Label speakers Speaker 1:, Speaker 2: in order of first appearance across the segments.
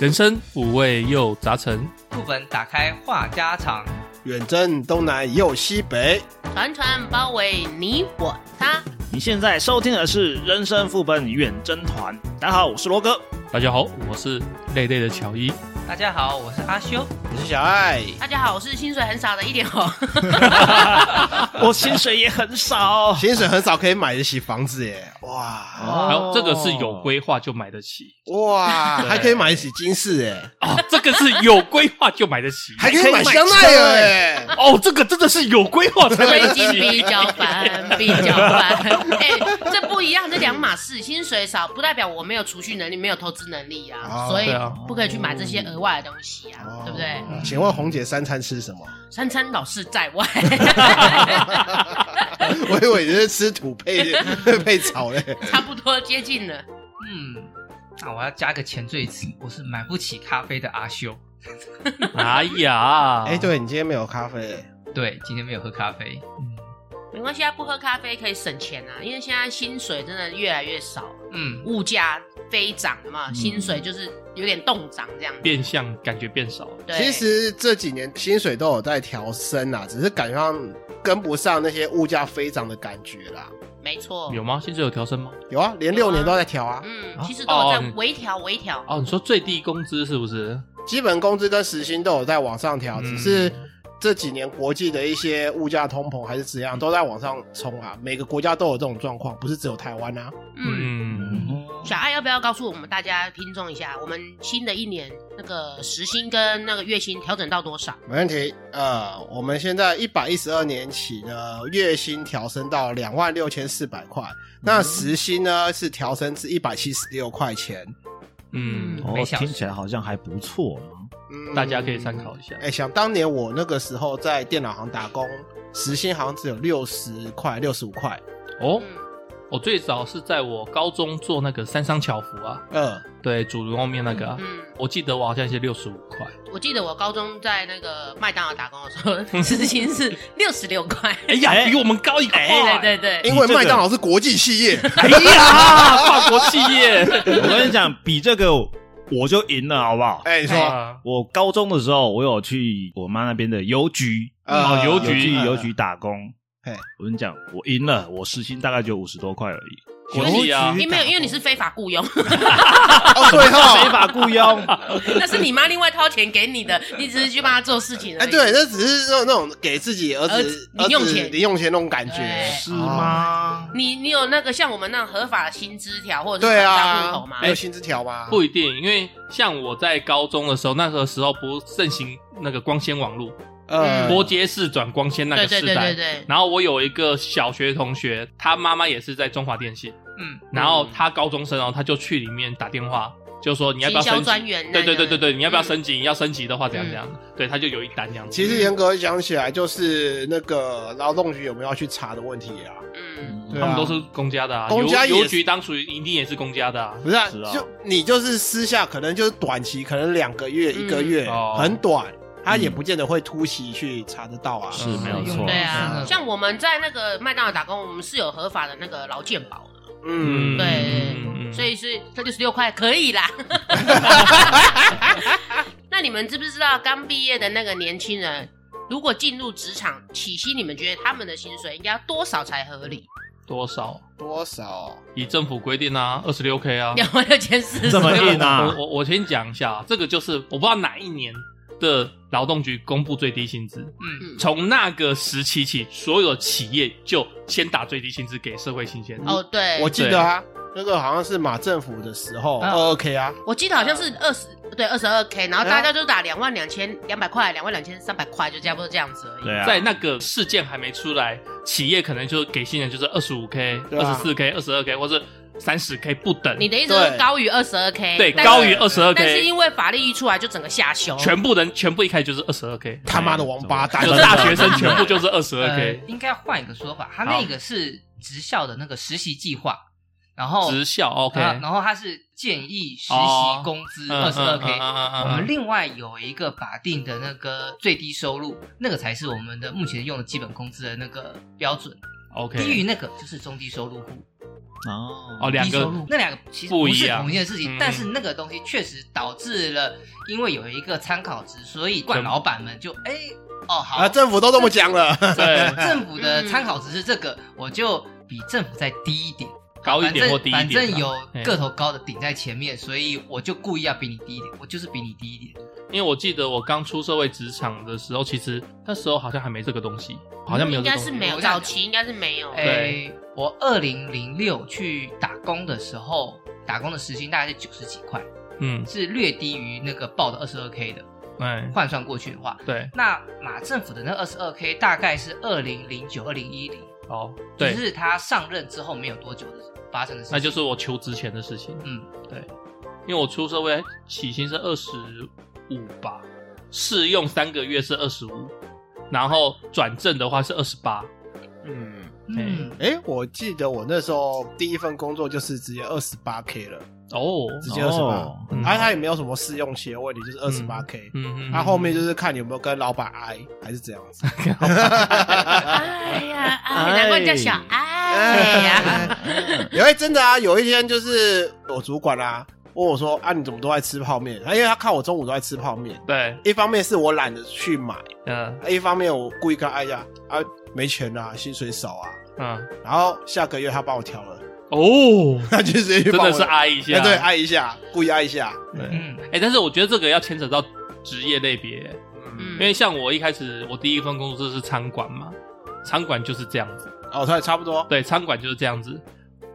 Speaker 1: 人生五味又杂陈，
Speaker 2: 副本打开话家常，
Speaker 3: 远征东南又西北，
Speaker 4: 团团包围你我他。
Speaker 5: 你现在收听的是《人生副本远征团》，大家好，我是罗 哥。
Speaker 1: 大家好，我是累累的乔伊。
Speaker 2: 大家好，我是阿修。
Speaker 3: 我是小爱。
Speaker 4: 大家好，我是薪水很少的一点 红。
Speaker 5: 我薪水也很 少，
Speaker 3: 薪水很少可以买得起房子耶，哇
Speaker 1: 还有这个是有规划就买得起
Speaker 3: 哇，
Speaker 5: 对
Speaker 3: 还可以买得起金饰耶，
Speaker 1: 啊，这个是有规划就买得起。
Speaker 3: 还可
Speaker 5: 可
Speaker 3: 以
Speaker 5: 以
Speaker 3: 买
Speaker 5: 买
Speaker 3: 香奈儿耶，
Speaker 1: 哦，这个真的是有规划才买
Speaker 4: 最
Speaker 1: 得
Speaker 4: 近比
Speaker 1: 起。
Speaker 4: 较烦，比较烦。 哎、这不一样，这两码事。薪水少不代表我没有储蓄能力，没有投资能力啊，
Speaker 3: 哦
Speaker 4: 所以
Speaker 1: 对啊
Speaker 4: 不可以去买这些额外的东西啊，
Speaker 3: 哦
Speaker 4: 对不对？
Speaker 3: 请问红姐三餐吃什 么？
Speaker 4: 三餐老是在 外，
Speaker 3: 我以为你是吃土配 配草嘞，
Speaker 4: 差不多接近了。
Speaker 2: 嗯，那我要加个前缀词，我是买不起咖啡的阿修。
Speaker 1: 哎呀，
Speaker 3: 哎，，对你今天没有咖啡耶，
Speaker 2: 对，今天没有喝咖啡。嗯
Speaker 4: 没关系啊，不喝咖啡可以省钱啊，因为现在薪水真的越来越少，
Speaker 2: 嗯，
Speaker 4: 物价飞涨嘛，
Speaker 3: 嗯
Speaker 4: 薪水就是有点动涨这样子。
Speaker 1: 变相感觉变少了。
Speaker 4: 对，
Speaker 3: 其实这几年薪水都有在调升啦，只是感觉上跟不上那些物价飞涨的感觉啦。
Speaker 4: 没错，
Speaker 1: 有吗？薪水有调升吗？
Speaker 3: 有啊，连六年都在调啊，
Speaker 4: 嗯
Speaker 1: 啊，
Speaker 4: 其实都有在
Speaker 1: 哦嗯
Speaker 4: 微调微调。
Speaker 1: 哦，你说最低工资是不是？
Speaker 3: 基本工资跟时薪都有在往上
Speaker 1: 嗯
Speaker 3: 调，只是这几年国际的一些物价通膨还是怎样，都在往上冲啊。每个国家都有这种状况，不是只有台湾啊。
Speaker 4: 嗯，
Speaker 1: 嗯，
Speaker 4: 小爱要不要告诉我们大家听众一下，我们新的一年那个时薪跟那个月薪调整到多少？
Speaker 3: 没问题，呃，我们现在一百一十二年起呢，月薪调升到两万六千四百块，
Speaker 1: 嗯
Speaker 3: 那时薪呢是调升至一百七十六块钱。
Speaker 1: 嗯，
Speaker 2: 没
Speaker 5: 哦，
Speaker 2: 想
Speaker 5: 听起来好像还不错啊。
Speaker 3: 嗯
Speaker 1: 大家可以参考一下
Speaker 3: 哎、。想当年我那个时候在电脑行打工，时薪好像只有六十块、六十五块。
Speaker 1: 哦，
Speaker 4: 嗯，
Speaker 1: 我最早是在我高中做那个三商巧福啊，
Speaker 3: 嗯，
Speaker 1: 对，主炉后面那个啊，
Speaker 4: 嗯，
Speaker 1: 我记得我好像是六十五块。
Speaker 4: 我记得我高中在那个麦当劳打工的时 候，时薪是六十六块。
Speaker 1: 哎呀，比我们高一块。
Speaker 4: 对对对，
Speaker 3: 因为
Speaker 5: 你这个
Speaker 3: 麦当劳是国际企 业，
Speaker 1: 哎呀，法国企业。
Speaker 5: 我跟你讲，比这个我就赢了，好不好？
Speaker 3: 哎、你说，
Speaker 1: 啊
Speaker 5: 我高中的时候，我有去我妈那边的邮局，
Speaker 3: 呃
Speaker 1: 哦邮
Speaker 5: 有去
Speaker 1: 局
Speaker 5: 邮局打工。
Speaker 3: 嘿
Speaker 5: 我跟你讲，我赢了，我时薪大概就五十多块而已，
Speaker 1: 国际啊
Speaker 4: 因为没有，因为你是非法雇佣，
Speaker 3: 哦，对
Speaker 5: 非
Speaker 3: 哈，
Speaker 5: 法雇佣。
Speaker 4: 那是你妈另外掏钱给 你的，你只是去帮她做事情而
Speaker 3: 哎，
Speaker 4: 已。
Speaker 3: 对，那只是那种那种给自己儿
Speaker 4: 儿
Speaker 3: 子
Speaker 4: 子零用
Speaker 3: 儿子
Speaker 4: 钱
Speaker 3: 零用钱那种感
Speaker 4: 对
Speaker 3: 觉，哦
Speaker 5: 是？吗？
Speaker 4: 你你有那个像我们那种合法薪资条或者是
Speaker 3: 对
Speaker 4: 转账户头
Speaker 3: 啊
Speaker 4: 吗，？
Speaker 1: 哎
Speaker 3: 没有薪资条吗？
Speaker 1: 不一定，因为像我在高中的时候，那个时候不盛行那个光纤网络，
Speaker 3: 呃，
Speaker 1: 拨接式转光纤那个
Speaker 4: 对嗯对
Speaker 1: 时
Speaker 4: 对
Speaker 1: 代。
Speaker 4: 对对，
Speaker 1: 然后我有一个小学同学，他妈妈也是在中华电信，
Speaker 2: 嗯，
Speaker 1: 然后他高中生哦，他就去里面打电话，就说你要不要
Speaker 4: 行销
Speaker 1: 升级？
Speaker 4: 专员那
Speaker 1: 对
Speaker 4: 个，
Speaker 1: 对对对对，你要不要
Speaker 4: 嗯
Speaker 1: 升级？你要升级的话怎样怎样？对，他就有一单这样子。
Speaker 3: 其实严格讲起来，就是那个劳动局有没有要去查的问题啊？
Speaker 4: 嗯，
Speaker 3: 对啊
Speaker 1: 他们都是公家的啊，
Speaker 3: 公家也
Speaker 1: 邮
Speaker 3: 是
Speaker 1: 邮局当属一定也是公家的啊。
Speaker 3: 不是啊，
Speaker 5: 是啊
Speaker 3: 就你就是私下可能就是短期，可能两个月、
Speaker 4: 嗯
Speaker 3: 一个月
Speaker 1: 哦，
Speaker 3: 很短，他也不见得会突袭去查得到啊。
Speaker 5: 是
Speaker 2: 嗯
Speaker 5: 没有错。
Speaker 2: 用
Speaker 4: 对啊，
Speaker 3: 嗯
Speaker 4: 像我们在那个麦当劳打工，我们是有合法的那个劳健保的，
Speaker 3: 嗯，
Speaker 4: 对
Speaker 1: 嗯嗯嗯
Speaker 4: 所以是这六十六块可以啦。那你们知不知道刚毕业的那个年轻人，如果进入职场起薪，你们觉得他们的薪水应该要多少才合理？
Speaker 1: 多少？
Speaker 3: 多少？
Speaker 1: 以政府规定啊，二十六 K 啊。
Speaker 4: 两万六千四，
Speaker 5: 这么硬啊
Speaker 1: 我我我先讲一下，这个就是我不知道哪一年的劳动局公布最低薪资，
Speaker 2: 嗯，
Speaker 1: 从那个时期起，所有企业就先打最低薪资给社会新鲜人。
Speaker 4: 哦，对，
Speaker 3: 我
Speaker 4: 我
Speaker 3: 记得啊，那个好像是马政府的时候，
Speaker 2: 啊
Speaker 3: 二二 K 啊，
Speaker 4: 我记得好像是二十对二十二 k，然后大家就打两万两千两百块，两万两千三百块，就差不多这样子而已。
Speaker 5: 对啊，
Speaker 1: 在那个事件还没出来，企业可能就给新人就是二十五 K、
Speaker 3: 对啊
Speaker 1: 二十四 K、二十二 K 或者三十 K 不等，
Speaker 4: 你的意思是
Speaker 3: 对
Speaker 4: 高于二十二 k，
Speaker 1: 对
Speaker 4: 但是
Speaker 1: 高于二十二
Speaker 4: 但是
Speaker 1: K，
Speaker 4: 因为法律一出来，就整个下修。
Speaker 1: 全部人全部一开始就是二十二 K，
Speaker 3: 他妈的王八蛋
Speaker 1: 就！是大学生全部就是二十二
Speaker 2: 呃
Speaker 1: K，
Speaker 2: 应该换一个说法，他
Speaker 1: 啊好
Speaker 2: 那个是职校的那个实习计划，然后
Speaker 1: 职校 OK，
Speaker 2: 啊然后他是建议实
Speaker 1: 哦嗯
Speaker 2: 习工资二十二 k，我们另外有一个法定的那个最低收入，那个才是我们的目前用的基本工资的那个标准，
Speaker 1: OK
Speaker 2: 低于那个就是中低收入户。
Speaker 5: 哦
Speaker 1: 哦，两
Speaker 2: 低
Speaker 1: 个
Speaker 2: 收入那两个其实
Speaker 1: 不
Speaker 2: 不
Speaker 1: 一
Speaker 2: 是
Speaker 1: 样
Speaker 2: 同一件事情，
Speaker 1: 嗯
Speaker 2: 但是那个东西确实导致了，因为有一个参考值，所以惯老板们就哎哦好，
Speaker 3: 啊，政府都这么讲了，
Speaker 1: 对
Speaker 2: 政府的参考值是这个，我就比政府再低一 点，
Speaker 1: 高一
Speaker 2: 反
Speaker 1: 点或
Speaker 2: 正
Speaker 1: 低一点啊，
Speaker 2: 反正有
Speaker 1: 嘿
Speaker 2: 个头高的顶在前面，所以我就故意要比你低一点，我就是比你低一点。
Speaker 1: 因为我记得我刚出社会职场的时候，其实那时候好像还没这个东西，好像没有
Speaker 4: 应
Speaker 1: 这
Speaker 4: 该
Speaker 1: 个东西
Speaker 4: 是没有，
Speaker 2: 我想
Speaker 4: 早期应该是没有。
Speaker 2: 哎，我二零零六去打工的时候，打工的时薪大概是九十几块，
Speaker 1: 嗯，
Speaker 2: 是略低于那个报的二十二 k 的，
Speaker 1: 哎，
Speaker 2: 换算过去的话。
Speaker 1: 对，
Speaker 2: 那马政府的那二十二 K 大概是二零零九、二零一零，
Speaker 1: 哦，
Speaker 2: 就
Speaker 1: 对，
Speaker 2: 是他上任之后没有多久的发生的事情。
Speaker 1: 那就是我求职前的事情，
Speaker 2: 嗯，
Speaker 1: 因为我出社会起薪是二十五吧，试用三个月是二十五，然后转正的话是二十八，
Speaker 3: 嗯，
Speaker 2: 嗯，
Speaker 3: 哎，我记得我那时候第一份工作就是直接二十八 k 了，
Speaker 1: 哦，
Speaker 3: 直接二十八，
Speaker 1: 嗯
Speaker 3: 而啊他也没有什么试用期的问题，就是二十八 k，
Speaker 1: 嗯嗯，
Speaker 3: 他后面就是看你有没有跟老板挨，还是这样子。
Speaker 4: 哎呀，哎，
Speaker 5: 哎
Speaker 4: 难怪叫小爱呀。
Speaker 3: 因为真的啊，有一天就是我主管啊问我说啊，你怎么都在吃泡面？啊，因为他看我中午都在吃泡面，
Speaker 1: 对，
Speaker 3: 一方面是我懒得去买，
Speaker 1: 嗯
Speaker 3: 一方面我故意跟他挨一下啊，没钱啊，薪水少啊。
Speaker 1: 嗯，
Speaker 3: 然后下个月他帮我 调了，
Speaker 1: 哦，
Speaker 3: 他就直接去
Speaker 1: 真
Speaker 3: 帮我
Speaker 1: 的是挨一下，
Speaker 3: 哎对，挨一下，故意挨一下。
Speaker 1: 对，
Speaker 2: 嗯，
Speaker 1: 哎，但是我觉得这个要牵扯到职业类别，因
Speaker 4: 嗯，
Speaker 1: 为像我一开始我第一份工作是餐馆嘛，餐馆就是这样子，
Speaker 3: 哦，对，差不多。
Speaker 1: 对，餐馆就是这样子。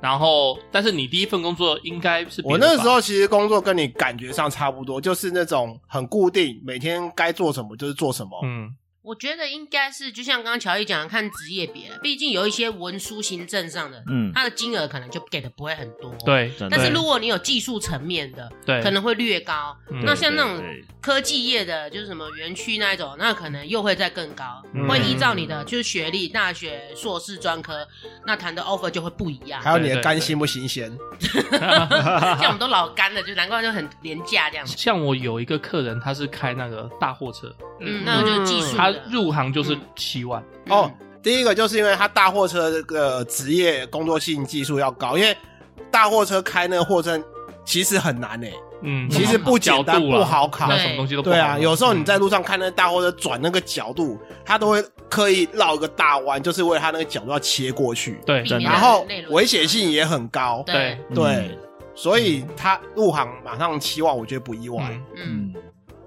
Speaker 1: 然后，但是你第一份工作应该是别
Speaker 3: 我
Speaker 1: 的吧
Speaker 3: 那时候其实工作跟你感觉上差不多，就是那种很固定，每天该做什么就是做什么。
Speaker 1: 嗯，
Speaker 4: 我觉得应该是就像刚刚乔伊讲的，看职业别了，毕竟有一些文书行政上的，
Speaker 5: 嗯，
Speaker 4: 他的金额可能就给的不会很多。。
Speaker 3: 哦
Speaker 1: 对，
Speaker 5: 真的
Speaker 4: 但是
Speaker 1: 对
Speaker 4: 如果你有技术层面的，
Speaker 1: 对
Speaker 4: 可能会略高。
Speaker 1: 嗯
Speaker 4: 那像那种
Speaker 5: 对对
Speaker 4: 科技业的，就是什么园区那一种，那可能又会再更高，
Speaker 1: 嗯
Speaker 4: 会依照你的就是学历、大学、硕士、专科，那谈的 offer 就会不一样。
Speaker 3: 还有你
Speaker 1: 对
Speaker 3: 的
Speaker 1: 对
Speaker 3: 肝
Speaker 1: 对
Speaker 3: 新不新鲜？
Speaker 4: 像我们都老干了，就难怪就很廉价这样子。
Speaker 1: 嗯像我有一个客人，他是开那个大货车，
Speaker 4: 嗯，
Speaker 2: 嗯
Speaker 4: 那就是技术的。
Speaker 1: 他入行就是七万，
Speaker 4: 嗯
Speaker 3: 哦，第一个就是因为他大货车这个职业工作性技术要高，因为大货车开那个货车其实很难诶、
Speaker 1: 嗯，
Speaker 3: 其实不简单
Speaker 1: 角度啦
Speaker 3: 不好考
Speaker 1: 那什么东西都不好嗯
Speaker 3: 对啊，
Speaker 1: 考
Speaker 3: 有时候你在路上看那个大货车转那个角度，他都会刻意绕一个大弯，就是为了他那个角度要切过去，
Speaker 1: 对，
Speaker 4: 避免
Speaker 3: 然后
Speaker 4: 内轮
Speaker 3: 危险性也很高，
Speaker 4: 对，
Speaker 1: 嗯
Speaker 3: 对，所以他入行马上期望，我觉得不意外。
Speaker 1: 嗯
Speaker 4: 嗯，
Speaker 5: 嗯，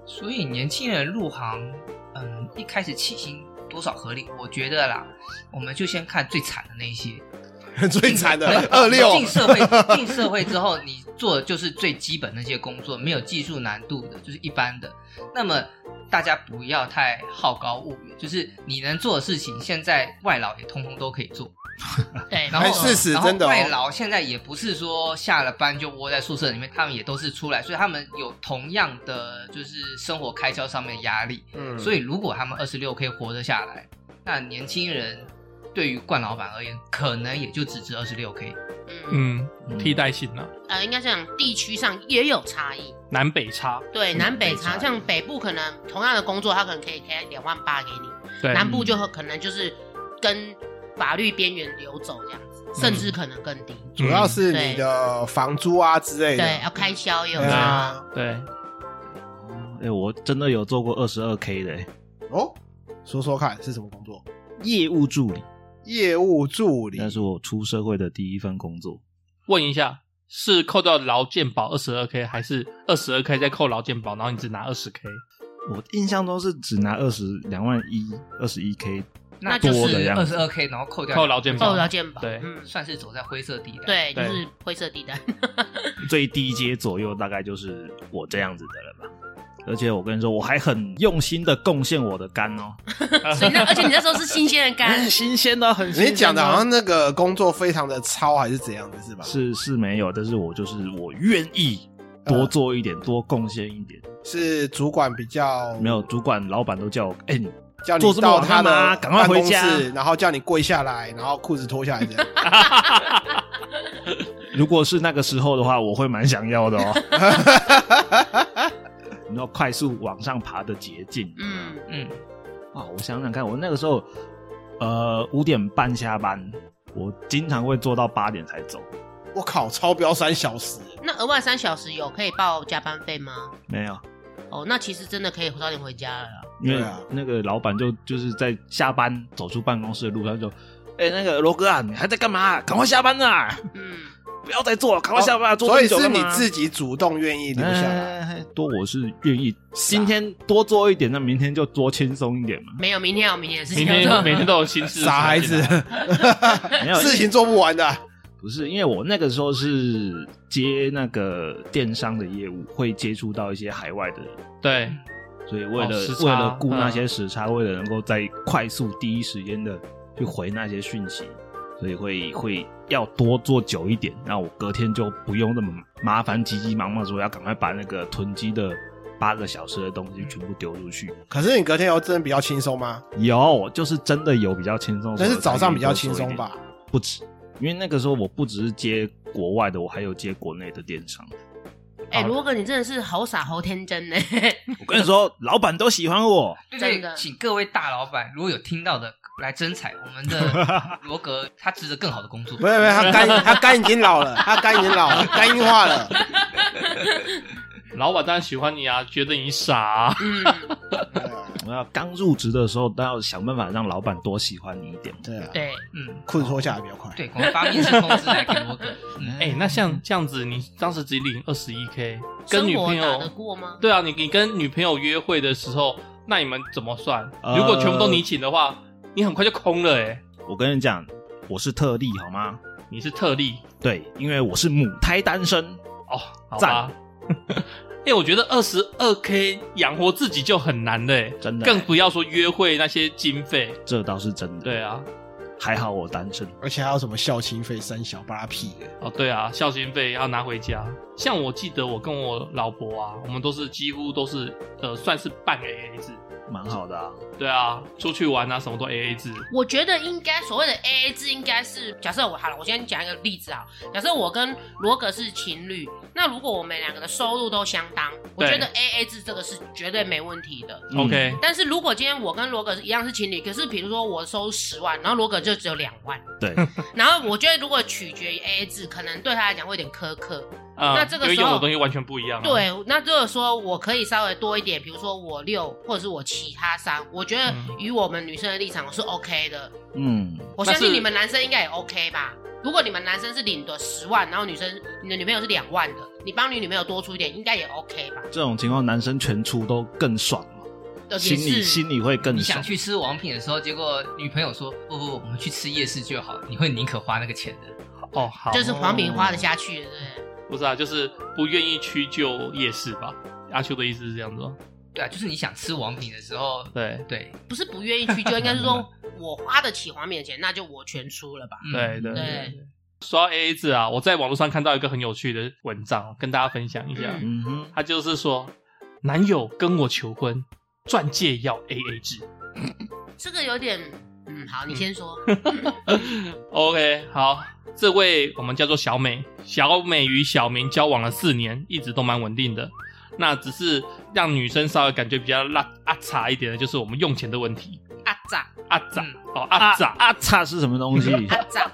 Speaker 2: 所以年轻人入行，嗯，一开始起薪多少合理？我觉得啦，我们就先看最惨的那一些，
Speaker 5: 嗯
Speaker 3: 最惨的
Speaker 2: 对
Speaker 3: 二六，
Speaker 2: 进社会，进社会之后，你做的就是最基本那些工作，没有技术难度的，就是一般的。那么大家不要太好高骛远，就是你能做的事情，现在外劳也通通都可以做。
Speaker 4: 对。
Speaker 2: 然后
Speaker 3: 哎是事
Speaker 2: 然后
Speaker 3: 真的哦
Speaker 2: 外劳现在也不是说下了班就窝在宿舍里面，他们也都是出来，所以他们有同样的就是生活开销上面的压力。
Speaker 3: 嗯
Speaker 2: 所以如果他们二十六 K 活得下来，那年轻人对于冠老板而言，可能也就只值二十六 K。
Speaker 4: 嗯，
Speaker 1: 嗯，替代性啊，
Speaker 4: 呃，应该这样，地区上也有差异。
Speaker 1: 南北差，
Speaker 4: 对，
Speaker 5: 嗯
Speaker 4: 南北
Speaker 5: 北
Speaker 4: 差，
Speaker 5: 差
Speaker 4: 像北部可能同样的工作，他可能可以开两万八给你，
Speaker 1: 对，
Speaker 4: 南部就可能就是跟法律边缘游走这样子，甚至可能更低。
Speaker 3: 主要是你的房租啊之类的，
Speaker 4: 对，要开销也有
Speaker 3: 对
Speaker 4: 差。
Speaker 3: 啊，
Speaker 1: 对，
Speaker 5: 哎，我真的有做过二十二 K 的哎
Speaker 3: 哦，说说看是什么工作？
Speaker 5: 业务助理，
Speaker 3: 业务助理
Speaker 5: 那是我出社会的第一份工作。
Speaker 1: 问一下。是扣掉劳健保二十二 k，还是二十二 k 再扣劳健保，然后你只拿二十 k？
Speaker 5: 我印象中是只拿二十两万一二十一 K，
Speaker 4: 那就
Speaker 5: 多的
Speaker 4: 是
Speaker 5: 呀
Speaker 2: 二十二 K，然后扣
Speaker 3: 啊
Speaker 2: 掉
Speaker 1: 扣劳健保
Speaker 4: 扣劳健保，
Speaker 1: 对
Speaker 4: 嗯，
Speaker 2: 算是走在灰色地带。，
Speaker 4: 对，就
Speaker 1: 对
Speaker 4: 是灰色地带。
Speaker 5: 最低阶左右大概就是我这样子的了吧。而且我跟你说，我还很用心的贡献我的肝哦，
Speaker 4: 所以那而且你那时候是新鲜的干
Speaker 5: 很，新鲜的，很新
Speaker 3: 你
Speaker 5: 鲜
Speaker 3: 讲的好像
Speaker 5: 哦
Speaker 3: 那个工作非常的糙还是怎样的，是吧？
Speaker 5: 是是没有，但是我就是我愿意多做一点，多贡献一点。
Speaker 3: 是主管比较
Speaker 5: 没有，主管老板都叫我，哎、你
Speaker 3: 叫
Speaker 5: 做
Speaker 3: 你
Speaker 5: 这么
Speaker 3: 到
Speaker 5: 晚
Speaker 3: 他
Speaker 5: 干嘛
Speaker 3: 的
Speaker 5: 赶快
Speaker 3: 办
Speaker 5: 回
Speaker 3: 公
Speaker 5: 家
Speaker 3: 室，然后叫你跪下来，然后裤子脱下来这 样。
Speaker 5: 如果是那个时候的话，我会蛮想要 的哦。你要快速往上爬的捷径
Speaker 4: 嗯，
Speaker 2: 嗯，
Speaker 5: 啊！我想想看，我那个时候，呃，五点半下班，我经常会做到八点才走。
Speaker 3: 我靠，超标三小时，
Speaker 4: 那额外三小时有可以报加班费吗？
Speaker 5: 没有，
Speaker 4: 哦，那其实真的可以早点回家了啦。
Speaker 5: 因为
Speaker 3: 对啊
Speaker 5: 那个老板就就是在下班走出办公室的路上就，哎、那个罗哥啊，你还在干嘛？赶快下班 啊！
Speaker 4: 嗯，
Speaker 5: 不要再做了，赶快下班、啊！做
Speaker 3: 所以是
Speaker 5: 这么久
Speaker 3: 你
Speaker 5: 干嘛
Speaker 3: 自己主动愿意留下来。
Speaker 5: 哎多我是愿意，今天多做一点，那明天就多轻松一点嘛。
Speaker 4: 没有，明天有明天的事
Speaker 1: 明
Speaker 4: 情要
Speaker 1: 天
Speaker 4: 做。
Speaker 1: 每天都有心事，
Speaker 3: 傻孩子，
Speaker 1: 啊
Speaker 5: 没有
Speaker 3: 事情做不完的。
Speaker 5: 不是，因为我那个时候是接那个电商的业务，会接触到一些海外的人，
Speaker 1: 对，
Speaker 5: 所以为了、
Speaker 1: 哦时差
Speaker 5: 为了顾
Speaker 3: 嗯
Speaker 5: 那些时差，为了能够在快速第一时间的去回那些讯息，所以会会要多做久一点，那我隔天就不用那么麻烦急急忙忙说要赶快把那个囤积的八个小时的东西全部丢出去。
Speaker 3: 可是你隔天有真的比较轻松吗？
Speaker 5: 有，就是真的有比较轻松，
Speaker 3: 但是早上比较轻松吧？？
Speaker 5: 不止，因为那个时候我不只是接国外的，我还有接国内的电商。
Speaker 4: 哎、罗哥，你真的是好傻好天真呢。
Speaker 5: 我跟你说， 老板都喜欢我。
Speaker 2: 对所以
Speaker 4: 真的
Speaker 2: 请各位大老板，如果有听到的来征才，我们 的罗格他值得更好的工作。
Speaker 3: 不是不是，他肝 他肝已经老了，他肝已经老了，肝硬化了。
Speaker 1: 老板当然喜欢你啊，觉得你傻、啊，
Speaker 4: 嗯，
Speaker 5: 我要刚入职的时候，都要想办法让老板多喜欢你一点。
Speaker 3: 对啊，
Speaker 4: 对，
Speaker 2: 嗯，
Speaker 3: 困缩下来比较快。
Speaker 2: 对，我们发面试工资来给罗格。嗯，
Speaker 1: 哎、那像这样子，你当时只领二十一 k，跟
Speaker 4: 生
Speaker 1: 女
Speaker 4: 活
Speaker 1: 朋
Speaker 4: 打得
Speaker 1: 友，
Speaker 4: 过吗？
Speaker 1: 对啊，你你跟女朋友约会的时候，那你们怎么算？
Speaker 5: 呃
Speaker 1: 如果全部都你请的话，你很快就空了、哎，
Speaker 5: 我跟你讲，我是特例好吗？
Speaker 1: 你是特例
Speaker 5: 对，因为我是母胎单身。
Speaker 1: 哦，好吧。 哎、我觉得二十二 k 养活自己就很难了、哎
Speaker 5: 真的
Speaker 1: 更不要说约会那些经费。
Speaker 5: 这倒是真的。
Speaker 1: 对，啊，
Speaker 5: 还好我单身。
Speaker 3: 而且还有什么孝心费、三小八屁的，
Speaker 1: 哦，对啊，孝心费要拿回家。像我记得我跟我老婆啊，我们都是几乎都是呃，算是半 AA 制。
Speaker 5: 蛮好的啊，
Speaker 1: 对啊，出去玩啊，什么都 AA 制。
Speaker 4: 我觉得应该所谓的 AA 制，应该是假设我好了，我先讲一个例子啊。假设我跟罗格是情侣，那如果我们两个的收入都相当，我
Speaker 1: 对
Speaker 4: 觉得 AA 制这个是绝对没问题的。
Speaker 5: 嗯
Speaker 1: OK，
Speaker 4: 但是如果今天我跟罗格一样是情侣，可是比如说我收十万，然后罗格就只有两万，
Speaker 5: 对，
Speaker 4: 然后我觉得如果取决于 AA 制，可能对他来讲会有点苛刻。
Speaker 1: 啊，
Speaker 4: 那这个
Speaker 1: 因为
Speaker 4: 时
Speaker 1: 用
Speaker 4: 候
Speaker 1: 的东西完全不一
Speaker 5: 嗯
Speaker 1: 样、啊。，
Speaker 4: 对，那如果说我可以稍微多一点，比如说我六或者是我其他三，我觉得
Speaker 1: 嗯
Speaker 4: 以我们女生的立场我是 OK 的。
Speaker 5: 嗯，
Speaker 4: 我
Speaker 1: 但
Speaker 4: 相
Speaker 1: 是
Speaker 4: 信你们男生应该也 OK 吧？如果你们男生是领的十万，然后女生你的女朋友是两万的，你帮你女朋友多出一点，应该也 OK 吧？
Speaker 5: 这种情况男生全出都更爽嘛，
Speaker 4: 呃也
Speaker 5: 心里
Speaker 4: 是
Speaker 5: 心里会更
Speaker 2: 你
Speaker 5: 爽
Speaker 2: 想。去吃王品的时候，结果女朋友说：“不不，不我们去吃夜市就好，你会宁可花那个钱的。
Speaker 1: 哦，好，
Speaker 4: 就是黄饼花得下去，对不对？
Speaker 1: 不是啊，就是不愿意屈就夜市吧。阿秋的意思是这样子哦，”
Speaker 2: 对啊，就是你想吃王品的时候，
Speaker 1: 对
Speaker 2: 对
Speaker 4: 不是不愿意去就应该是说我花得起黄饼的钱，那就我全出了吧。
Speaker 2: 嗯
Speaker 1: 对对
Speaker 4: 对
Speaker 1: 说到 AA 制啊，我在网络上看到一个很有趣的文章，跟大家分享一下。
Speaker 4: 嗯
Speaker 5: 嗯哼，
Speaker 1: 他就是说，男友跟我求婚，钻戒要 AA 制。
Speaker 4: 这个有点，嗯，好，你先说。
Speaker 1: OK，好，这位我们叫做小美，小美与小明交往了四年，一直都蛮稳定的。那只是让女生稍微感觉比较拉阿茶一点的，就是我们用钱的问题。
Speaker 4: 阿扎
Speaker 1: 阿杂
Speaker 2: 嗯
Speaker 1: 哦，阿杂
Speaker 5: 啊叉是什么东西？
Speaker 4: 阿扎，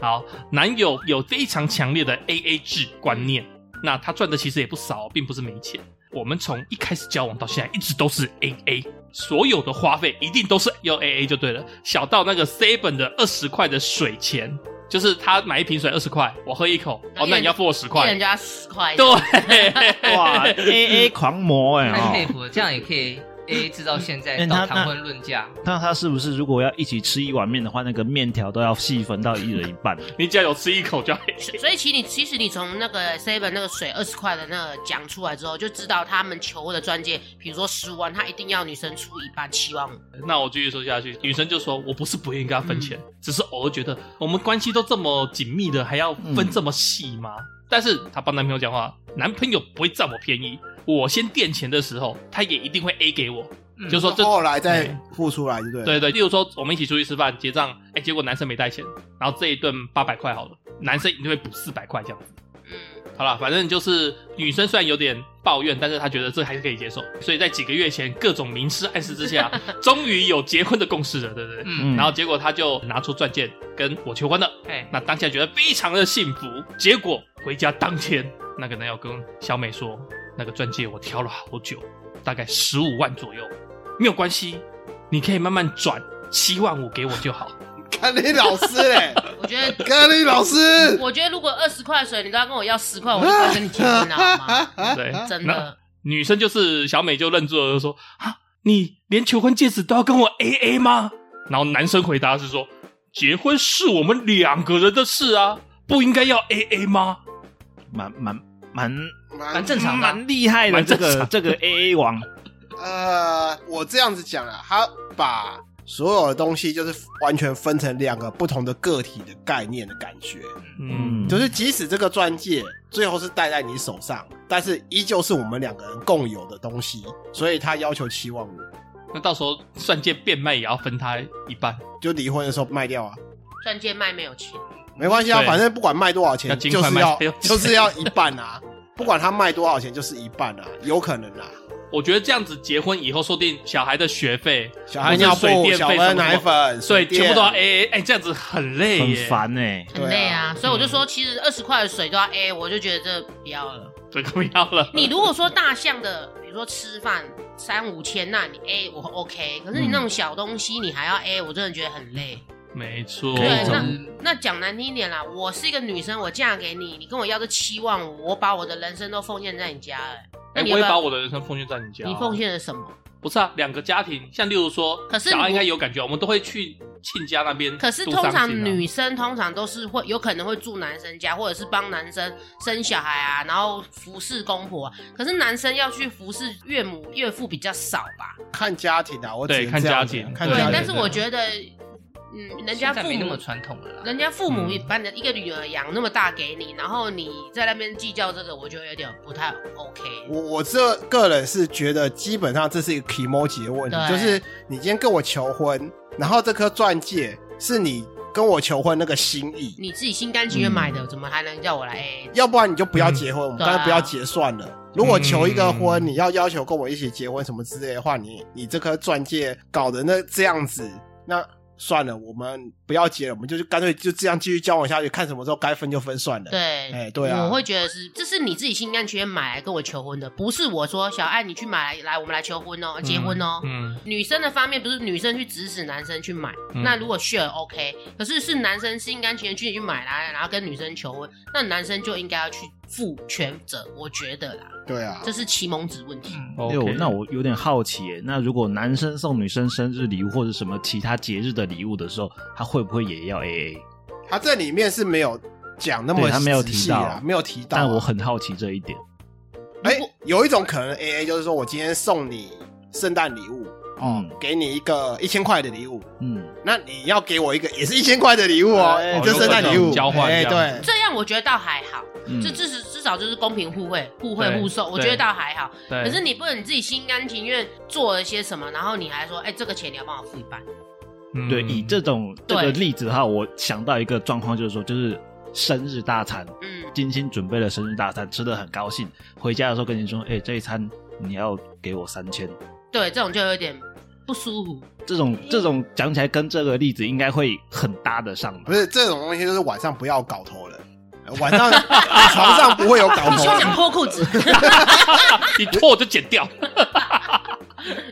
Speaker 1: 好，男友有非常强烈的 AA 制观念，那他赚的其实也不少，并不是没钱。我们从一开始交往到现在，一直都是 AA，所有的花费一定都是要 AA 就对了。小到那个 seven 的二十块的水钱，就是他买一瓶水二十块，我喝一口，哦，那你要付我十
Speaker 4: 一人
Speaker 1: 块
Speaker 4: 就。要十块。
Speaker 1: 对，
Speaker 5: 哇，A A 狂魔 哎、
Speaker 2: 太
Speaker 5: 欸
Speaker 2: 佩
Speaker 5: 哦！
Speaker 2: 服了，这样也可以 A A 制到现在
Speaker 4: 嗯
Speaker 5: 哎
Speaker 2: 到
Speaker 5: 他
Speaker 2: 谈婚论嫁。
Speaker 5: 那他是不是如果要一起吃一碗面的话，那个面条都要细分到一人一半？
Speaker 1: 你只要有吃一口就要 AA。
Speaker 4: 所以，其实你其实你从那个 seven 那个水二十块的那个讲出来之后，就知道他们求的钻戒，比如说十五万，他一定要女生出一半七万五。
Speaker 1: 那我继续说下去，女生就说：“我不是不愿意跟他分钱，只是偶尔觉得我们关系都这么紧密的，还要分这么细吗？”但是她帮男朋友讲话，男朋友不会占我便宜，我先垫钱的时候，他也一定会 A 给我，
Speaker 2: 嗯
Speaker 1: 就说这。
Speaker 3: 后来再付出来，对不对？
Speaker 1: 对对，例如说我们一起出去吃饭结账，哎，结果男生没带钱，然后这一顿八百块好了，男生一定会补四百块这样子。
Speaker 4: 嗯，
Speaker 1: 好了，反正就是女生虽然有点抱怨，但是她觉得这还是可以接受，所以在几个月前各种明示暗示之下，终于有结婚的共识了，对不对？
Speaker 2: 嗯，
Speaker 1: 然后结果她就拿出钻戒跟我求婚了，
Speaker 2: 哎，
Speaker 1: 那当下觉得非常的幸福。结果回家当天，那个男友跟小美说，那个钻戒我挑了好久，大概十五万左右，没有关系，你可以慢慢转，七万五给我就好。
Speaker 3: 看你老师嘞，
Speaker 4: 我觉得，
Speaker 3: 看你老师，
Speaker 4: 我觉得如果二十块水你都要跟我要十块，我就不会跟你结婚了，好吗？
Speaker 1: 对，
Speaker 4: 真
Speaker 1: 那
Speaker 4: 的，
Speaker 1: 女生就是小美就愣住了，就说：“啊，你连求婚戒指都要跟我 A A 吗？”然后男生回答是说：“结婚是我们两个人的事啊，不应该要 A A 吗
Speaker 5: 蛮蛮蛮
Speaker 3: 蛮
Speaker 2: 蛮正常的啊，
Speaker 5: 蛮厉害的，
Speaker 1: 蛮
Speaker 5: 这
Speaker 1: 正常
Speaker 5: 个这个 A A 王，
Speaker 3: 呃，我这样子讲啦，他把所有的东西就是完全分成两个不同的个体的概念的感觉，？”
Speaker 1: 嗯，
Speaker 3: 就是即使这个钻戒最后是戴在你手上，但是依旧是我们两个人共有的东西，所以他要求期望五，
Speaker 1: 那到时候钻戒变卖也要分他一半，
Speaker 3: 就离婚的时候卖掉啊，
Speaker 4: 钻戒卖没有钱，
Speaker 3: 没关系啊，
Speaker 1: 对
Speaker 3: 反正不管卖多少
Speaker 1: 要
Speaker 3: 钱，
Speaker 1: 尽
Speaker 3: 就
Speaker 1: 快
Speaker 3: 是
Speaker 1: 卖
Speaker 3: 要
Speaker 1: 要
Speaker 3: 就是要一半啊，不管他卖多少钱，就是一半啊，有可能啊，
Speaker 1: 我觉得这样子结婚以后，说不定小孩的学费、
Speaker 3: 小孩尿
Speaker 1: 或者水
Speaker 3: 布、
Speaker 1: 电
Speaker 3: 小
Speaker 1: 费什么
Speaker 3: 孩奶粉，
Speaker 1: 所
Speaker 3: 水
Speaker 1: 以
Speaker 3: 电
Speaker 1: 全部都要 A A，哎、这样子很累
Speaker 5: 很
Speaker 1: 耶，
Speaker 5: 烦哎，
Speaker 4: 很累啊。所以我就
Speaker 1: 嗯
Speaker 4: 说，其实二十块的水都要 A，我就觉得这不要了。
Speaker 1: 这个不要了。
Speaker 4: 你如果说大项的，比如说吃饭三五千，那你 A 我 OK，可是你那种小东西你还要 A，我真的觉得很累。
Speaker 1: 没错，
Speaker 5: 可以
Speaker 4: 对，
Speaker 5: 从
Speaker 4: 那那讲难听一点啦，我是一个女生，我嫁给你，你跟我要这七万五，我把我的人生都奉献在你家了、那
Speaker 1: 哎、
Speaker 4: 你
Speaker 1: 我也
Speaker 4: 要不
Speaker 1: 把
Speaker 4: 要
Speaker 1: 我的人生奉献在你家、啊哦
Speaker 4: 你奉献了什么？
Speaker 1: 不是啊，两个家庭，像例如说，
Speaker 4: 可是
Speaker 1: 小孩
Speaker 4: 你
Speaker 1: 应该有感觉，我们都会去亲家那边。
Speaker 4: 可是通常
Speaker 1: 啊
Speaker 4: 女生通常都是会有可能会住男生家，或者是帮男生生小孩啊，然后服侍公婆、啊。可是男生要去服侍岳母岳父比较少吧？
Speaker 3: 看家庭啊，我只
Speaker 1: 对
Speaker 3: 能
Speaker 1: 看
Speaker 3: 这样
Speaker 1: 家
Speaker 3: 子啊
Speaker 1: 庭
Speaker 3: 看
Speaker 1: 对
Speaker 3: 家庭，，
Speaker 4: 对但是
Speaker 1: 对
Speaker 4: 我觉得，嗯，人家
Speaker 2: 现在
Speaker 4: 父
Speaker 2: 没那
Speaker 4: 母
Speaker 2: 么传统了啦。
Speaker 4: 人家父母
Speaker 1: 嗯
Speaker 4: 一般的一个女儿养那么大给你，然后你在那边计较这个，我觉得有点不太 OK。
Speaker 3: 我我这个人是觉得，基本上这是一个 emoji 的问题，
Speaker 4: 对
Speaker 3: 就是你今天跟我求婚，然后这颗钻戒是你跟我求婚那个心意，
Speaker 4: 你自己心甘情愿买的，怎么还能叫我来哎 AA？
Speaker 3: 要不然你就
Speaker 5: 嗯
Speaker 3: 不要结婚，我们
Speaker 4: 对啊
Speaker 3: 当然不要结算了。如果求一个婚，
Speaker 1: 嗯
Speaker 3: 你要要求跟我一起结婚什么之类的话，你你这颗钻戒搞得那这样子，那算了，我们不要结了，我们就是干脆就这样继续交往下去，看什么时候该分就分算了。
Speaker 4: 对，
Speaker 3: 哎对啊
Speaker 4: 我会觉得是，这是你自己心甘情愿买来跟我求婚的，不是我说小爱你去买来，来我们来求婚哦，结婚哦。
Speaker 1: 嗯，
Speaker 4: 女生的方面不是女生去指使男生去买，
Speaker 1: 嗯
Speaker 4: 那如果 share OK，可是是男生心甘情愿去去买来，然后跟女生求婚，那男生就应该要去负全责，我觉得啦，
Speaker 3: 对啊，
Speaker 4: 这是启蒙子问题。
Speaker 1: 嗯
Speaker 5: 哎
Speaker 1: OK
Speaker 5: 呦，那我有点好奇耶，那如果男生送女生生日礼物或者什么其他节日的礼物的时候，他会不会也要 A A？
Speaker 3: 他这里面是没有讲那么
Speaker 5: 对他没有
Speaker 3: 仔
Speaker 5: 提
Speaker 3: 细啊
Speaker 5: 到
Speaker 3: 没有提到啊、
Speaker 5: 但我很好奇这一点，
Speaker 3: 哎、有一种可能 A A 就是说我今天送你圣诞礼物，
Speaker 5: 嗯
Speaker 3: 给你一个一千块的礼物，
Speaker 5: 嗯，
Speaker 3: 那你要给我一个也是一千块的礼物哦，
Speaker 5: 哎
Speaker 3: 哎这圣诞礼
Speaker 1: 有
Speaker 3: 物
Speaker 1: 交换
Speaker 3: 哎、
Speaker 1: 这样
Speaker 3: 对，
Speaker 4: 这样我觉得倒还好，
Speaker 5: 嗯
Speaker 4: 这至少至少就是公平互惠、互惠
Speaker 1: 对
Speaker 4: 互受，我
Speaker 1: 对
Speaker 4: 觉得倒还好。
Speaker 1: 对。
Speaker 4: 可是你不能你自己心甘情愿做了些什么，然后你还说，哎、这个钱你要帮我付一半。
Speaker 1: 嗯
Speaker 5: 对，以这种这
Speaker 4: 对
Speaker 5: 个例子的话，我想到一个状况，就是说，就是生日大餐，
Speaker 4: 嗯，
Speaker 5: 精心准备了生日大餐，吃的很高兴，回家的时候跟你说，哎、这一餐你要给我三千，
Speaker 4: 对，这种就有点不舒服。
Speaker 5: 这种这种讲起来跟这个例子应该会很搭得上吧
Speaker 3: 不？是这种东西就是晚上不要搞头了，呃晚 上床上不会有搞
Speaker 4: 必
Speaker 3: 头
Speaker 4: 须
Speaker 1: 啊
Speaker 3: 的，
Speaker 4: 讲脱裤子，
Speaker 1: 你脱我就剪掉。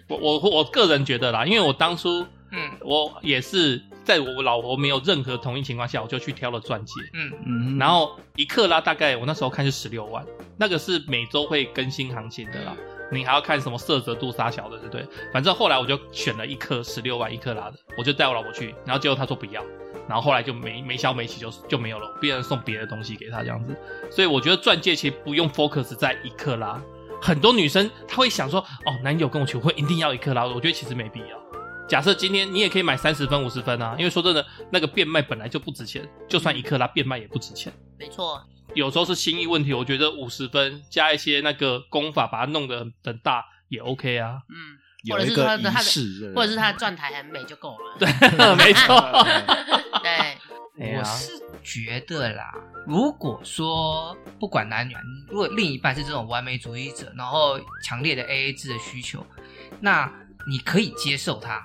Speaker 1: 我我我个人觉得啦，因为我当初
Speaker 2: 嗯
Speaker 1: 我也是在我老婆没有任何同意情况下，我就去挑了钻戒。
Speaker 2: 嗯，
Speaker 5: 嗯，
Speaker 1: 然后一克拉大概我那时候看是十六万，那个是每周会更新行情的啦。你还要看什么色泽度、沙小的，对不对？反正后来我就选了一颗十六万一克拉的，我就带我老婆去，然后结果她说不要，然后后来就没没消没息就就没有了，别人送别的东西给她这样子。所以我觉得钻戒其实不用 focus 在一克拉，很多女生她会想说，哦，男友跟我求婚一定要一克拉，我觉得其实没必要。假设今天你也可以买三十分、五十分啊，因为说真的，那个变卖本来就不值钱，就算一克拉变卖也不值钱。
Speaker 4: 没错，
Speaker 1: 有时候是心意问题，我觉得五十分加一些那个功法，把它弄得很很大也 OK 啊。
Speaker 4: 嗯，
Speaker 5: 有
Speaker 4: 或者
Speaker 5: 一
Speaker 4: 是他
Speaker 5: 个
Speaker 4: 的
Speaker 5: 仪
Speaker 4: 他
Speaker 5: 式，
Speaker 4: 的，或者是他的转台很美就够了。
Speaker 1: 没错，
Speaker 4: 对，
Speaker 1: 哎呀
Speaker 2: 啊我是觉得啦，如果说不管男女，啊，你如果另一半是这种完美主义者，然后强烈的 AA 制的需求，那你可以接受他，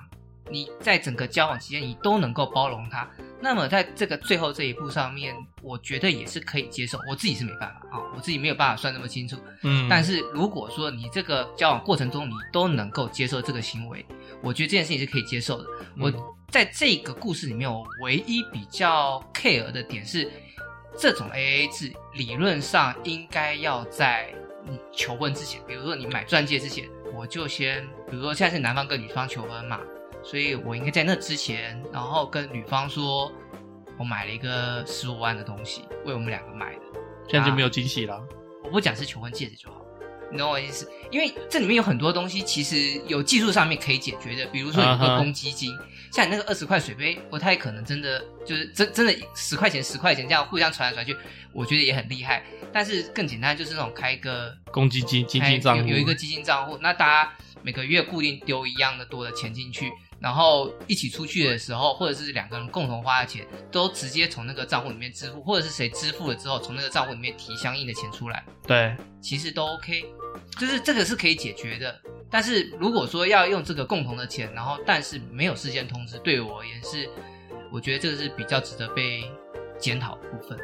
Speaker 2: 你在整个交往期间你都能够包容他。那么在这个最后这一步上面，我觉得也是可以接受。我自己是没办法啊、我自己没有办法算那么清楚。
Speaker 1: 嗯，
Speaker 2: 但是如果说你这个交往过程中你都能够接受这个行为，我觉得这件事情是可以接受的。
Speaker 1: 嗯
Speaker 2: 我在这个故事里面，我唯一比较 care 的点是，这种 AA 制理论上应该要在你求婚之前，比如说你买钻戒之前，我就先，比如说现在是男方跟女方求婚嘛，所以我应该在那之前，然后跟女方说，我买了一个十五万的东西，为我们两个买的。
Speaker 1: 这样就没有惊喜了。
Speaker 2: 我不讲是求婚戒指就好，你懂我意思？因为这里面有很多东西，其实有技术上面可以解决的，比如说有
Speaker 1: 啊哈
Speaker 2: 个公积金像你那个二十块水杯，不太可能真的就是真真的十块钱十块钱这样互相传来传去，我觉得也很厉害。但是更简单就是那种开一个
Speaker 1: 公积金基金账户
Speaker 2: 哎有有一个基金账户，那大家每个月固定丢一样的多的钱进去，然后一起出去的时候，或者是两个人共同花的钱，都直接从那个账户里面支付，或者是谁支付了之后，从那个账户里面提相应的钱出来，
Speaker 1: 对，
Speaker 2: 其实都 OK，就是这个是可以解决的。但是如果说要用这个共同的钱，然后但是没有事先通知，对我而言是，我觉得这个是比较值得被检讨的部分。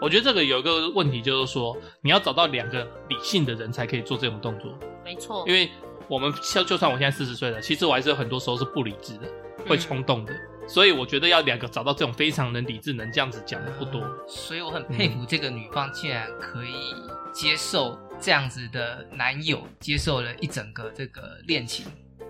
Speaker 1: 我觉得这个有一个问题，就是说你要找到两个理性的人才可以做这种动作，
Speaker 4: 没错，
Speaker 1: 因为我们就就算我现在四十岁了，其实我还是有很多时候是不理智的，会
Speaker 4: 嗯
Speaker 1: 冲动的。所以我觉得要两个找到这种非常能理智、能这样子讲的不多。
Speaker 2: 嗯
Speaker 1: 嗯
Speaker 2: 所以我很佩服这个女方竟然可以接受这样子的男友，接受了一整个这个恋情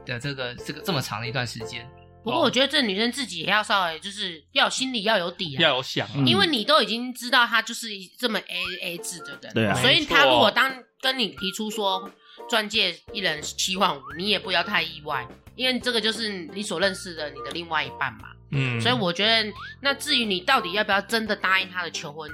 Speaker 2: 的这个这个这么长的一段时间。
Speaker 4: 不过我觉得这女生自己也要稍微就是要有心里要有底啊，
Speaker 1: 要有想、啊，
Speaker 5: 嗯
Speaker 4: 因为你都已经知道她就是一这么 A A 制的人，
Speaker 5: 对啊
Speaker 4: 所以
Speaker 1: 没错
Speaker 4: 她如果当跟你提出说钻戒一人七万五，你也不要太意外，因为这个就是你所认识的你的另外一半嘛。
Speaker 1: 嗯，
Speaker 4: 所以我觉得，那至于你到底要不要真的答应他的求婚，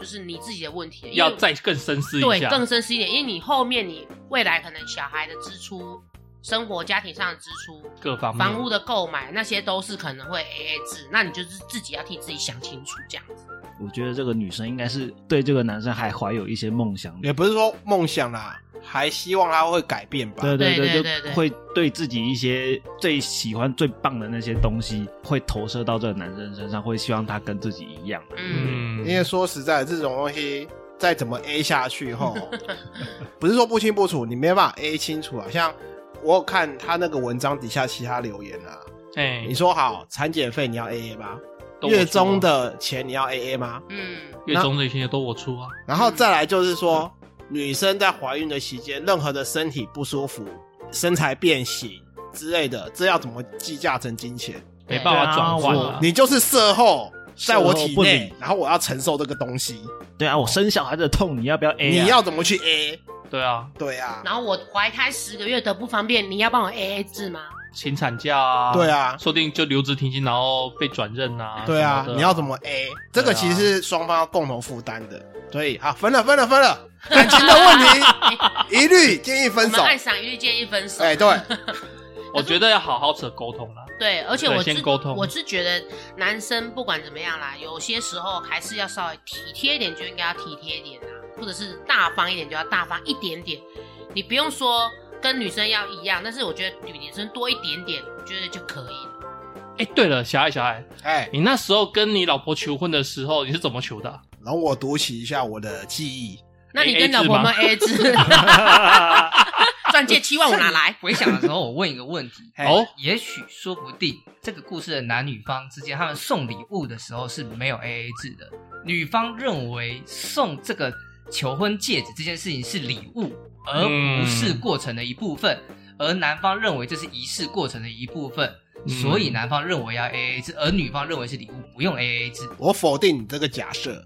Speaker 4: 就是你自己的问题了，因为
Speaker 1: 要再更深思一
Speaker 4: 对
Speaker 1: 下，
Speaker 4: 更深思一点，因为你后面你未来可能小孩的支出、生活家庭上的支出、
Speaker 1: 各方面
Speaker 4: 房屋的购买，那些都是可能会 A A 制，那你就是自己要替自己想清楚这样子。
Speaker 5: 我觉得这个女生应该是对这个男生还怀有一些梦想的
Speaker 3: 也不是说梦想啦，还希望他会改变吧。
Speaker 5: 对对
Speaker 4: 对对对
Speaker 5: 就
Speaker 4: 对
Speaker 5: 会对自己一些最喜欢、最棒的那些东西，会投射到这个男生身上，会希望他跟自己一样。
Speaker 4: 嗯，
Speaker 1: 嗯，
Speaker 3: 因为说实在，这种东西再怎么 A 下去后， 不是说不清不楚，你没办法 A 清楚啊。像我有看他那个文章底下其他留言啊，
Speaker 1: 哎
Speaker 3: 你，说好产检费你要 A A 吗？
Speaker 1: 都我
Speaker 3: 月
Speaker 1: 出啊
Speaker 3: 中的钱你要 A A 吗？
Speaker 4: 嗯，
Speaker 1: 月中这些都我出啊，
Speaker 3: 然后再来就是说，女生在怀孕的期间，任何的身体不舒服、身材变形之类的，这要怎么计价成金钱？
Speaker 1: 没办法转换
Speaker 5: 对啊
Speaker 1: 了
Speaker 5: 我。
Speaker 3: 你就是事后在我
Speaker 5: 事
Speaker 3: 体
Speaker 5: 后不
Speaker 3: 内
Speaker 5: 理，
Speaker 3: 然后我要承受这个东西，
Speaker 5: 对啊，我生小孩的痛，你要不要 A？、啊、
Speaker 3: 你要怎么去 A？
Speaker 1: 对啊，
Speaker 3: 对啊，
Speaker 4: 然后我怀胎十个月的不方便，你要帮我 A A 制吗？
Speaker 1: 请产假啊，
Speaker 3: 对，啊，
Speaker 1: 说不定就留职停薪，然后被转任啊，
Speaker 3: 对啊
Speaker 1: 什，的
Speaker 3: 你要怎么 A？这个其实是双方要共同负担的。所以啊，分了，分了，分了，感情的问题一律建议
Speaker 4: 我
Speaker 3: 分
Speaker 4: 们
Speaker 3: 手。
Speaker 4: 爱上一律建议分手。
Speaker 3: 哎，对，
Speaker 1: 我觉得要好好扯沟通啦。
Speaker 4: 对，而且
Speaker 1: 对
Speaker 4: 我是
Speaker 1: 先沟通
Speaker 4: 我是觉得男生不管怎么样啦，有些时候还是要稍微体贴一点，就应该要体贴一点啊，或者是大方一点，就要大方一点点。你不用说跟女生要一样，但是我觉得比女生多一点点，我觉得就可以了。
Speaker 1: 哎，对了，小爱小爱，
Speaker 3: 哎，
Speaker 1: 你那时候跟你老婆求婚的时候，你是怎么求的啊？
Speaker 3: 容我读取一下我的记忆。，
Speaker 4: 那你
Speaker 1: AA
Speaker 4: 跟老婆
Speaker 1: 制吗
Speaker 4: 们 A A 制， 钻戒七万五拿来。
Speaker 2: 回想的时候，我问一个问题
Speaker 3: 哎
Speaker 1: 哦，
Speaker 2: 也许说不定这个故事的男女方之间，他们送礼物的时候是没有 AA 制的。女方认为送这个求婚戒指这件事情是礼物，而不是过程的一部分；而男方认为这是仪式过程的一部分，
Speaker 1: 嗯
Speaker 2: 所以男方认为要 AA 制，而女方认为是礼物，不用 AA 制。
Speaker 3: 我否定你这个假设，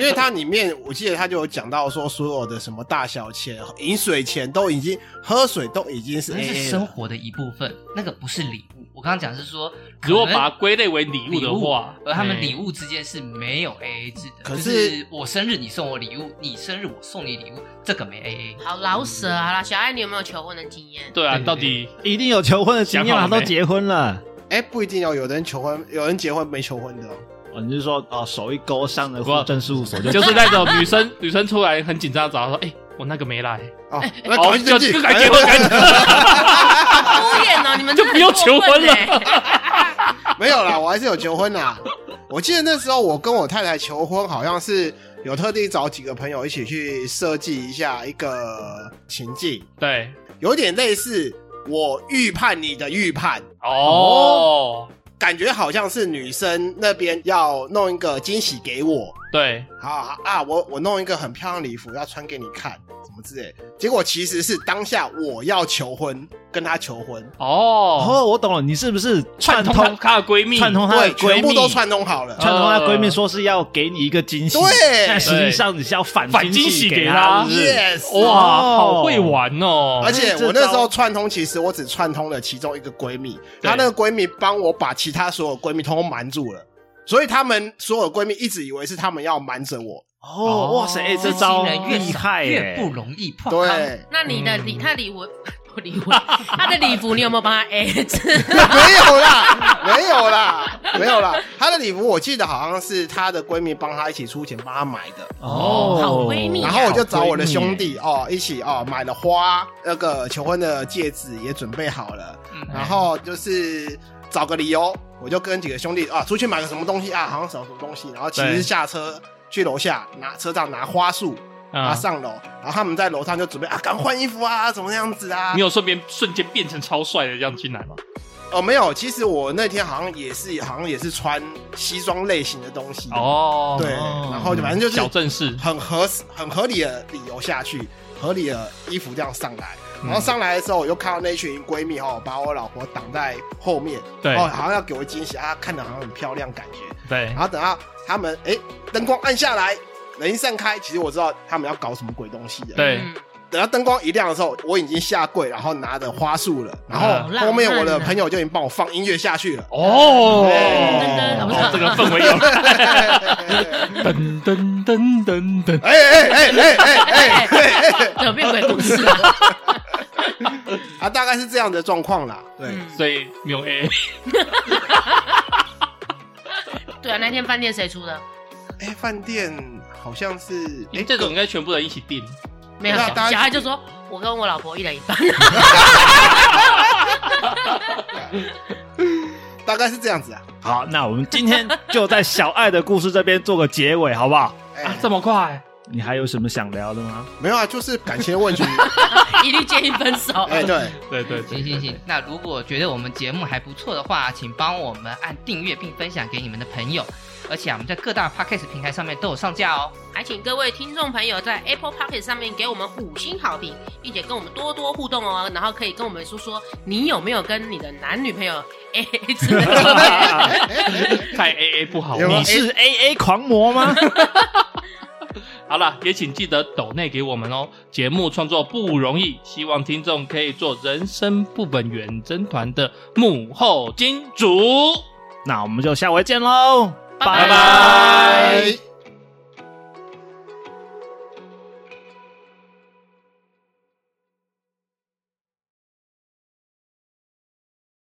Speaker 3: 因为它里面我记得它就有讲到说，所有的什么大小钱、饮水钱都已经喝水都已经是哎
Speaker 2: 那是
Speaker 3: A A
Speaker 2: 生
Speaker 3: 了。
Speaker 2: 活的一部分，那个不是礼物。我刚刚讲是说，
Speaker 1: 如果
Speaker 2: 可能
Speaker 1: 把它归类为礼物的话
Speaker 2: 礼物而他们礼
Speaker 1: 哎
Speaker 2: 物之间是没有 A A 制的。
Speaker 3: 可
Speaker 2: 就是是我生日你送我礼物，你生日我送你礼物，这个没 A A。
Speaker 4: 好老舍啊，好啦，小爱，你有没有求婚的经验？
Speaker 1: 对啊，
Speaker 2: 对
Speaker 1: 到底
Speaker 5: 一定有求婚的经验
Speaker 1: 想好
Speaker 5: 啊，
Speaker 1: 了没
Speaker 5: 都结婚了。
Speaker 3: 哎，不一定哦，有的人求婚，有人结婚没求婚的哦。
Speaker 5: 哦，你是说哦，手一勾上了户政事务所就
Speaker 1: 就是那种女生女生出来很紧张，找他说：“哎、我那个没来。
Speaker 3: 哦，那
Speaker 1: 哦
Speaker 3: 赶快去登记，
Speaker 1: 就赶紧结婚赶紧
Speaker 4: 敷衍哦，你 们
Speaker 1: 就
Speaker 4: 真的
Speaker 1: 不用
Speaker 4: 很过分
Speaker 1: 求婚了
Speaker 4: 欸
Speaker 3: 没有啦，我还是有求婚啦。我记得那时候我跟我太太求婚，好像是有特地找几个朋友一起去设计一下一个情境，”
Speaker 1: 对，
Speaker 3: 有点类似我预判你的预判，
Speaker 1: 哦，
Speaker 3: 感觉好像是女生那边要弄一个惊喜给我。
Speaker 1: 对，
Speaker 3: 好好啊，我我弄一个很漂亮的礼服要穿给你看，什么之类的。结果其实是当下我要求婚，跟她求婚，
Speaker 1: 哦，
Speaker 5: 哦，我懂了，你是不是
Speaker 1: 串
Speaker 5: 串
Speaker 1: 通她
Speaker 5: 通
Speaker 1: 她的闺蜜，
Speaker 5: 串通哦她的
Speaker 3: 对，
Speaker 5: 闺蜜，
Speaker 3: 全
Speaker 5: 哦
Speaker 3: 部都串通好了。
Speaker 5: 串通她闺蜜说是要给你一个惊喜，
Speaker 3: 对
Speaker 5: 但实际上你是要反
Speaker 1: 反惊喜
Speaker 5: 喜
Speaker 1: 给
Speaker 5: 她，
Speaker 1: 她
Speaker 5: 是不是？
Speaker 3: yes，
Speaker 1: 哇，
Speaker 5: 哦
Speaker 1: 好会玩哦
Speaker 3: 而，且我那
Speaker 5: 这
Speaker 3: 时
Speaker 5: 招
Speaker 3: 候串通，其实我只串通了其中一个闺蜜，
Speaker 1: 对
Speaker 3: 她那个闺蜜帮我把其他所有闺蜜通通瞒住了，所以她们所有闺蜜一直以为是她们要瞒着我。
Speaker 5: 哦，哇塞，哎这
Speaker 2: 知
Speaker 5: 招
Speaker 2: 心人越
Speaker 5: 厉
Speaker 2: 少
Speaker 5: 害
Speaker 2: 越
Speaker 5: 耶，
Speaker 2: 不容易破。，
Speaker 3: 对，
Speaker 4: 那你的礼，
Speaker 1: 嗯
Speaker 4: 他礼服，不礼服，他的礼服你有没有帮他 A 字？
Speaker 3: 没有啦，没有啦，没有啦。她的礼服我记得好像是她的闺蜜帮她一起出钱帮她买的，
Speaker 5: 哦，
Speaker 4: 好闺蜜
Speaker 3: 然后我就找我的兄弟哦一起哦买了花，那个求婚的戒指也准备好了，
Speaker 2: 嗯
Speaker 3: 然后就是找个理由，我就跟几个兄弟啊出去买个什么东西啊，好像什么什么东西，然后其
Speaker 1: 对
Speaker 3: 实下车去楼下拿车上拿花束，然
Speaker 1: 啊
Speaker 3: 后，上楼，然后他们在楼上就准备啊，赶快换衣服啊，怎么样子啊
Speaker 1: 你？有顺便瞬间变成超帅的这样进来吗？
Speaker 3: 哦，没有，其实我那天好像也是，好像也是穿西装类型的东西，
Speaker 1: 哦，
Speaker 3: 对，然后就反正就是
Speaker 1: 小正式，
Speaker 3: 很合适很合理的理由下去，合理的衣服这样上来。
Speaker 1: 嗯
Speaker 3: 然后上来的时候，我就看到那群闺蜜哦，把我老婆挡在后面，
Speaker 1: 对嗯
Speaker 3: 哦，好像要给我惊喜，啊，看着好像很漂亮感觉。
Speaker 1: 对
Speaker 3: 然，后等到他们哎，灯光暗下来，人一散开，其实我知道他们要搞什么鬼东西的。
Speaker 1: 对
Speaker 4: 嗯
Speaker 3: 等到灯光一亮的时候，我已经下跪，然后拿着花束了，然
Speaker 1: 嗯
Speaker 3: 后后面我
Speaker 4: 浪
Speaker 3: 的
Speaker 4: 漫啊
Speaker 3: 朋友就已经帮我放音乐下去了。
Speaker 1: 哦
Speaker 3: 哎
Speaker 4: 对噔噔噔
Speaker 1: 哦，这个氛围有了，噔噔噔噔噔，
Speaker 3: 哎哎哎哎哎哎哎哎！
Speaker 4: 怎嗯么变鬼故事了？
Speaker 3: 啊，大概是这样的状况啦。对，
Speaker 4: 嗯
Speaker 1: 所以没有
Speaker 3: 哎
Speaker 1: A，
Speaker 4: 对啊，那天饭店谁出的？
Speaker 3: 哎、饭店好像是哎、
Speaker 1: 这种应该全部人一起订，
Speaker 4: 没有
Speaker 3: 那
Speaker 4: 小
Speaker 3: 大家
Speaker 4: 小孩就说，我跟我老婆一人一半。
Speaker 3: 大概是这样子啊。
Speaker 5: 好，那我们今天就在小爱的故事这边做个结尾，好不好？
Speaker 3: 哎、
Speaker 1: 啊，这么快？
Speaker 5: 你还有什么想聊的吗？
Speaker 3: 没有啊，就是感情问题。
Speaker 4: 一律建议分手。
Speaker 3: 哎、对，
Speaker 1: 对对对
Speaker 2: 行行行， 那如果觉得我们节目还不错的话，请帮我们按订阅并分享给你们的朋友，而且啊，我们在各大 podcast 平台上面都有上架哦。
Speaker 4: 还请各位听众朋友在 Apple p o c k e t 上面给我们五星好评，并且跟我们多多互动哦，然后可以跟我们说说你有没有跟你的男女朋友 A A 制的 经验
Speaker 1: 太 A A 不好
Speaker 3: 有。吗
Speaker 5: 你是 A A 狂魔吗？
Speaker 1: 好了，也请记得抖内给我们哦。节目创作不容易，希望听众可以做人生副本远征团的幕后金主。
Speaker 5: 那我们就下回见喽，
Speaker 4: 拜拜
Speaker 3: 拜。